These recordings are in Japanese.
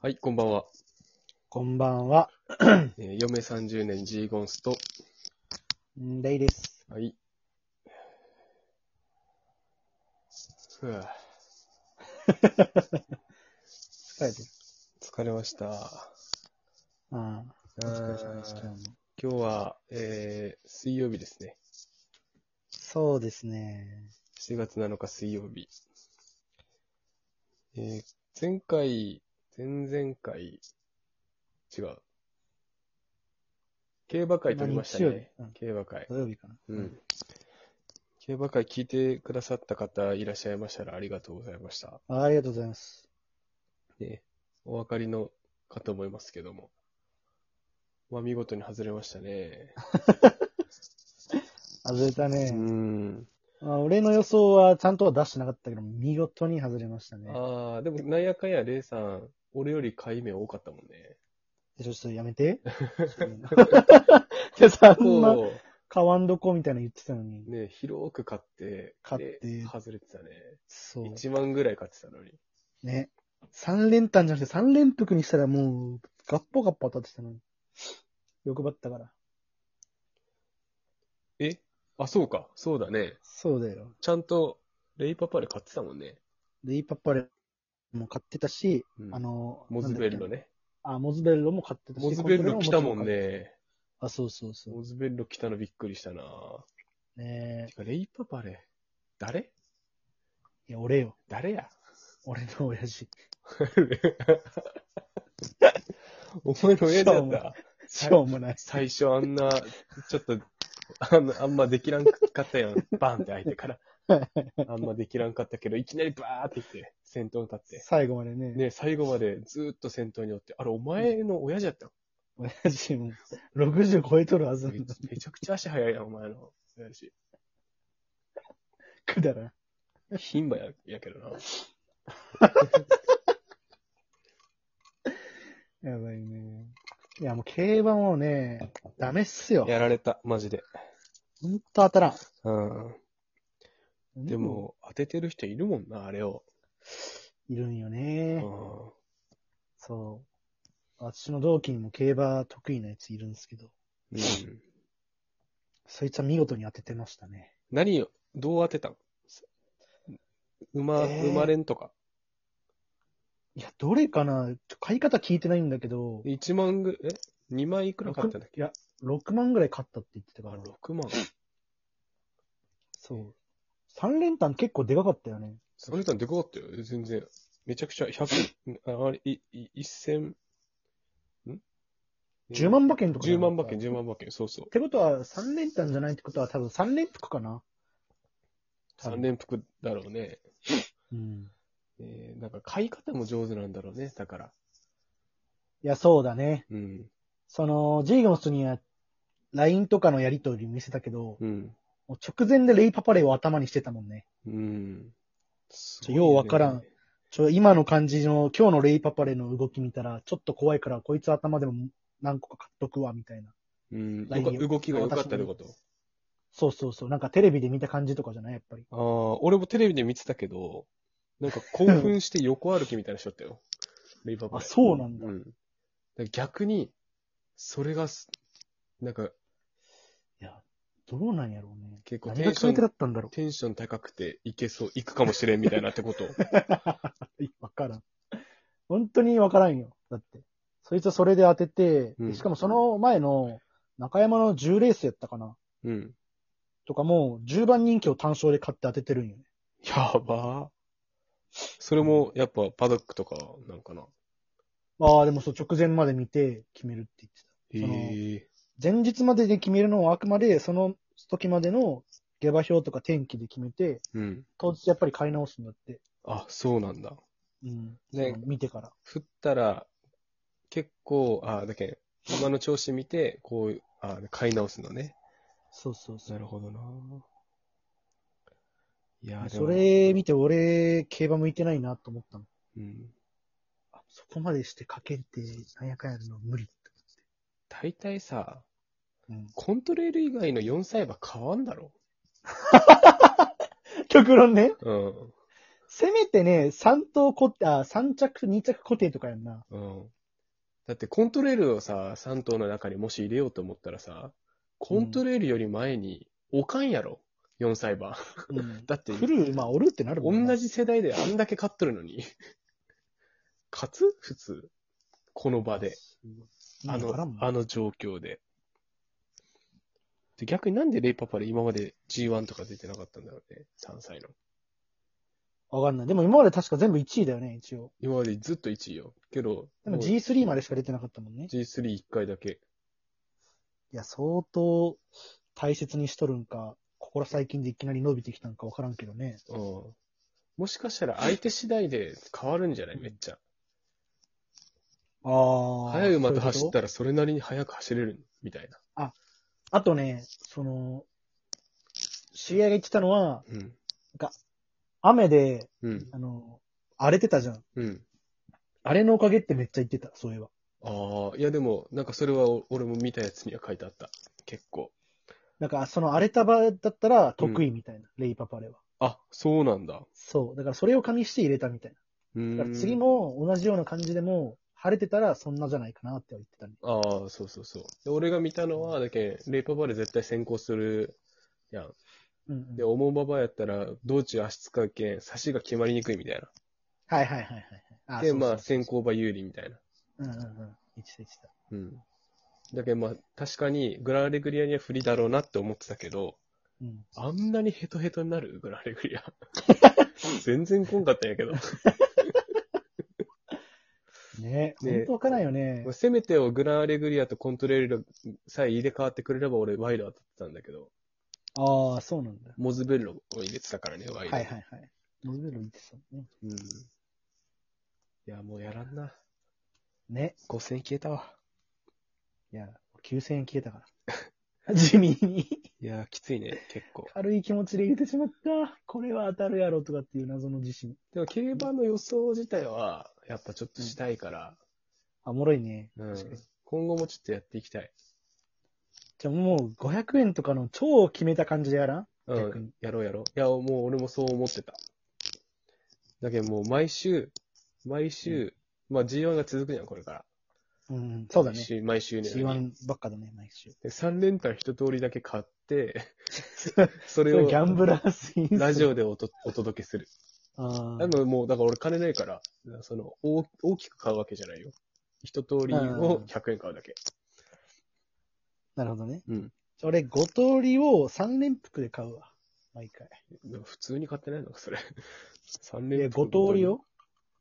はい、こんばんは。こんばんは、えー嫁30年ジーゴンスと、んレイです。はい。ふぅ疲れてる。疲れました。ああ、お疲れ様でした。あー今日は、えー、水曜日ですね。そうですね。 7月7日水曜日。えー、前回、前々回、違う。競馬会撮りました何日曜ね日うん。競馬会。土曜日かな。うん。競馬会聞いてくださった方いらっしゃいましたらありがとうございました。あ。ありがとうございます。ね、お分かりのかと思いますけども。まあ見事に外れましたね。外れたうね。ん。あ俺の予想はちゃんとは出してなかったけど、見事に外れましたね。ああ、でもなんやかんやレイさん、俺より買い目多かったもんね。でちょっとやめて。そういうのでさ、あんな、こ買わんどこみたいなの言ってたのにう、。ね、広く買って、買ってで外れてたね。そう。 1万ぐらい買ってたのに。ね。三連単じゃなくて三連服にしたらもう、ガッポガッポ当たってたのに。欲張ったから。えあ、そうか。そうだね。そうだよ。ちゃんと、レイパパで買ってたもんね。で、イパパレも買ってたし、うんあの、モズベルロね。ね。あ、モズベルロも買ってたし。モズベルロ来たもんコントローラーももちろ買ってね。た。あ、そうそうそモズベルロ来たのびっくりしたな。う。ねてか、レイパパレ、誰え。いや、俺よ。誰や俺の親父。 お前の親父だった。しょうもない。最初あんな、ちょっと、あんあんまできらんかったやん。バンって相手から。あんまできらんかったけど、いきなりバーって来て、先頭に立って。最後までね。ね、最後までずーっと先頭におって、あれ、お前の親父やったの親父も、60超えとるはずなめんだ。めちゃくちゃ足早いやん、お前の親 父。くだらん。牝馬ややけどな。やばいね。いや、もう競馬もね、ダメっすよ。やられた、マジで。ほんと当たらん。うん。でうん、も、当ててる人いるもんな、あれを。いるんようね。ん。そう。私の同期にも競馬得意なやついるんですけど、うんそいつは見事に当ててましたね。何を、どう当てたん馬、えー馬連とか。いや、どれかなちょっと買い方聞いてないんだけど、 1万ぐ、え ?2 万いくら買ったんだっいや、6万ぐらい買ったって言ってたけから。 ?6 万。そう。3連単結構でかかったよね。それたんでかかったよ。全然。めちゃくちゃ、100、ああれ、い、い、1000、ん10万馬券とかじゃ ?10 なか万った。馬券、10万馬券。そうそうっ。てことは、3連単じゃないってことは多分3連服かな多分3連服だろうね。うん。えー、なんか買い方も上手なんだろうね、だから。いや、そうだね。うん。その、ジーゴンスには、LINE とかのやりとり見せたけど、うん。もう直前でレイパパレを頭にしてたもんね。うん。ょようわからん。ちょ、今の感じの、今日のレイパパレの動き見たら、ちょっと怖いから、こいつ頭でも何個か買っとくわ、みたいな。うん。ラインよか動きが良かったってことそうそうそう。なんかテレビで見た感じとかじゃないやっぱり。ああ、俺もテレビで見てたけど、なんか興奮して横歩きみたいな人だったよ。レイパー あそうなんだうん。だから逆に、それがす、なんかいや、どうなんやろうね。結構何テがンショ決め手だン、ったんだろテンション高くていけそう、行くかもしれんみたいなって こと。う。 わからん。本当にわからんよ。だって。そいつはそれで当てて、うんしかもその前の中山の10レースやったかなうん。とかも、10番人気を単勝で買って当ててるんよね。やばーそれもやっぱパドックとかなんかな。ああ、でもそう直前まで見て決めるって言ってた。へのえ前日までで決めるのはあくまでその時までの下馬表とか天気で決めて、うん。当日やっぱり買い直すんだって。あ、そうなんだ。うん。ねその見てから。振ったら、結構、あだけん、馬の調子見て、こう、あ買い直すのね。そうそうそう。なるほどな。いやー、でもそ、れ見て俺、競馬向いてないなと思ったの。うん。あそこまでしてかけて、なんやかんやるの無理って大体さ、思って。コントレール以外の4歳馬変わんだろうん。極論ね。うん。せめてね、三頭固定、あ、三着、二着固定とかやんな。うん。だってコントレールをさ、3頭の中にもし入れようと思ったらさ、コントレールより前におかんやろ。4歳馬。うん。だって、来る、まあ、おるってなるもんな同。じ世代であんだけ勝っとるのに。 勝つ普通。この場で。うん。あわからんの、もんあの状況で。で逆になんでレイパパで今まで G1 とか出てなかったんだろうね。3歳の。わかんない。でも今まで確か全部1位だよね、一応。今までずっと1位よ。けど、でももう G3 までしか出てなかったもんね。 G31 回だけ。いや、相当大切にしとるんか、ここら最近でいきなり伸びてきたんかわからんけどね。うん。もしかしたら相手次第で変わるんじゃないめっちゃ。ああ。速い馬と走っそういうことたらそれなりに速く走れるみたいな。あとね、その、知り合いが言ってたのは、うん。雨で、うん。あの、荒れてたじゃん。うん。あれのおかげってめっちゃ言ってた、そういえば。ああ、いやでも、なんかそれはお俺も見たやつには書いてあった。結構。なんか、その荒れた場だったら得意みたいな、レイパパレは。あ、そうなんだ。そう。だからそれを加味して入れたみたいな。うーんだから次。も同じような感じでも、晴れてたらそんなじゃないかなっては言ってたね。ああ、そうそうそう。で、俺が見たのは、だけんレイパバレ絶対先行するやん。うん、で、思うばばやったら、道中足使うけん、差しが決まりにくいみたいはいはいはいはいはい。な。あで、そうそうまあ、先行馬有利みたいな。うんうんうん。言ってた言ってた。うん。だけど、まあ、確かに、グランアレグリアには不利だろうなって思ってたけど、うん。あんなにヘトヘトになるグランアレグリ ア。全然来んかったんやけど。ねね本当置かないよね。せめてをグランアレグリアとコントレールさえ入れ替わってくれれば俺ワイド当たってたんだけど、ああ、そうなんだ。モズベルロを入れてたからね、ワはイいド。はいはい。ノベル言ってたもんね。うん。いや、もうやらんな。ね。 5000消えたわ。いや、9000円消えた から。地味に。いや、きつい ね、結構。軽い気持ちで入れてしまった。これは当たるやろとかっていう謎の自信。でも、競馬の予想自体は、やっぱちょっとしたいから、あ、おもろいね。うん確かに今後もちょっとやっていきたい。じゃあもう500円とかの超決めた感じでやらんう逆にん、やろうやろう。いや、もう俺もそう思ってた。だけどもう毎週、毎週、まあ G1 が続くじゃん、これから。うん、そうだね毎。週、毎週ね。 G1 ばっかだね、毎週。で、3連単一通りだけ買って、そそれを ギャンブラースインスラジオでおとお届けする。あでーももう、だから俺金ないから、その、大大きく買うわけじゃないよ。一通りを100円買うだけ。なるほどね。うん。俺、5通りを3連服で買うわ。毎回。でも普通に買ってないのか、それ。3いや、連単5通りよ。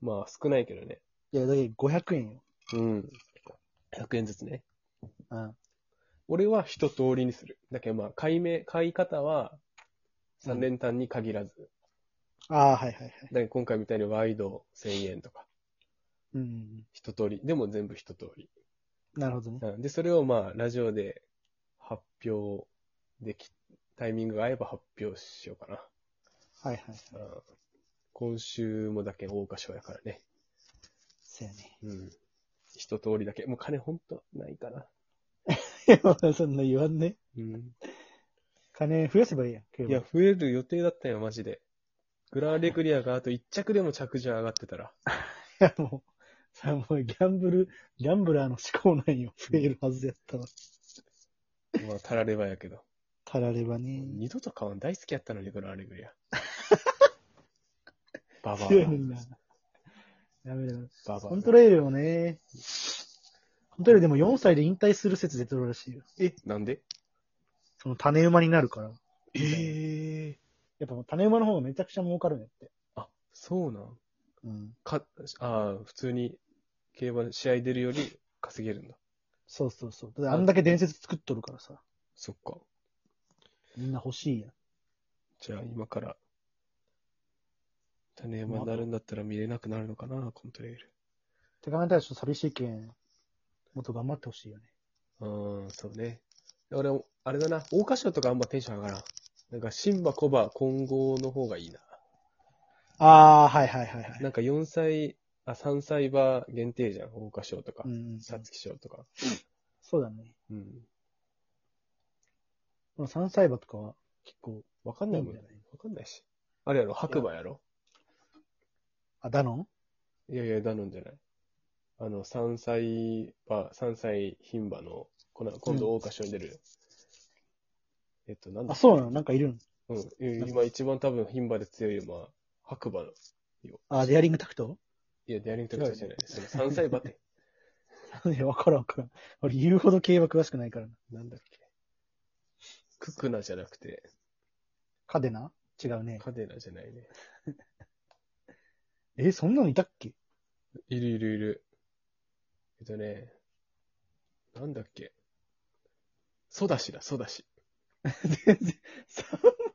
まあ少ないけどね。いや、だけど500円よ。うん。100円ずつね。うん。俺は一通りにする。だけどまあ、買い目、買い方は、三連単に限らず。ああ、はいはいはい。だけど今回みたいにワイド1000円とか、うんうん一通り。でも全部一通り。うん。なるほどね。うんで、それをまあ、ラジオで発表でき、タイミングが合えば発表しようかはいはいはい。な。うん今週もだけ大歌賞やからね。そうやね。 うん。一通りだけ。もう金ほんとないかな。いやそんな言わんね。うん。金増やせばいいやん。競い馬や、増える予定だったよ、マジで。グランレクリアがあと一着でも着順上がってた ら。いやもう、さもうギャンブル、ギャンブラーの思考なんよ。増えるはずやったら。まあ、たらればやけど。たらればね。二度と買わん大好きやったのに、グランレク リア。ババア強いのにな。ダメだ。ババアコントレールをね、コントレールでも4歳で引退する説出てるらしいよ。え、なんでその種馬になるから。ええやっぱ種馬の方がめちゃくちゃ儲かるねって。あ、そうなん。うん。か、ああ、普通に競馬試合出るより稼げるんだ。そうそうそう。だってあんだけ伝説作っとるからさ。そっか。みんな欲しいやん。じゃあ今から、種馬になるんだったら見れなくなるのかな、コントレール。手紙たらちょっと寂しいけん、もっと頑張ってほしいよね。うーん、そうね。俺、あれだな、桜花賞とかあんまテンション上がらん。なんか、シンバ、コバ、混合の方がいいな。ああ、はいはいはいはい。なんか4歳、あ、3歳馬限定じゃん、桜花賞とかう、んうん。皐月賞とか。そうだね。うん。この三歳馬とかは結構わかんいないいんもんじゃねない。わかんないし。あれやろ、白馬やろ。あ、ダノンいやいや、ダノンじゃない。あの、山菜馬、山菜牝馬の、この今度、うん桜花賞に出る。えっと、なんだあ、そうなのなんかいるのうん。今一番多分牝馬で強い馬は、白馬の。あ、デアリングタクト いや、デアリングタクトじゃない。その山菜馬って。いや、わからんわからん。俺言うほど競馬詳しくないからな。なんだっけ。ククナじゃなくて、カデナ違うね。カデナじゃないね。え、そんなのいたっけいるいるいる。えっとね、なんだっけ。ソダシだ、ソダシ。全然、3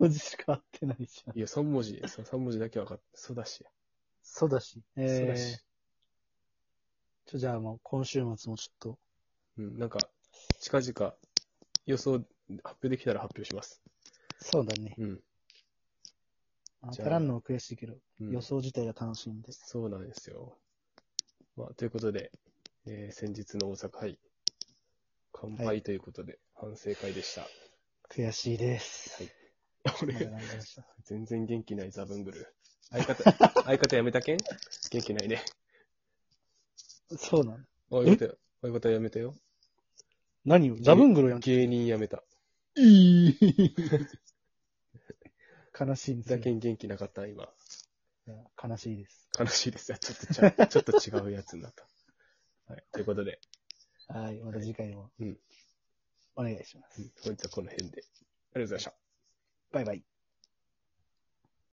文字しか合ってないじゃん。いや、3文字、その3文字だけ分かった。ソダシや。そうだし。ソえダシー。ちょ、じゃあもう今週末もちょっと。うん、なんか、近々、予想、発表できたら発表します。そうだね。うん。当たらんのは悔しいけど、うん予想自体が楽しいんで。そうなんですよ。まあ、ということで、えー先日の大阪杯、乾は杯ということで、反省会でした。悔しいです。はい俺まだ頑張りました全然元気ないザブングル。 相方、相方やめたけん元気ないね。そうなのおい、待てよ。おい、またやめたよ。何をザブングルやんけ。芸人やめた。 悲しいんですだよけん元気なかった、今。悲しいです。悲しいですよ。ちょっとちゃ、ちょっと違うやつになった。はい。ということで、はい。また次回もうん。お願いします。本日はこの辺で。ありがとうございました。バイバイ。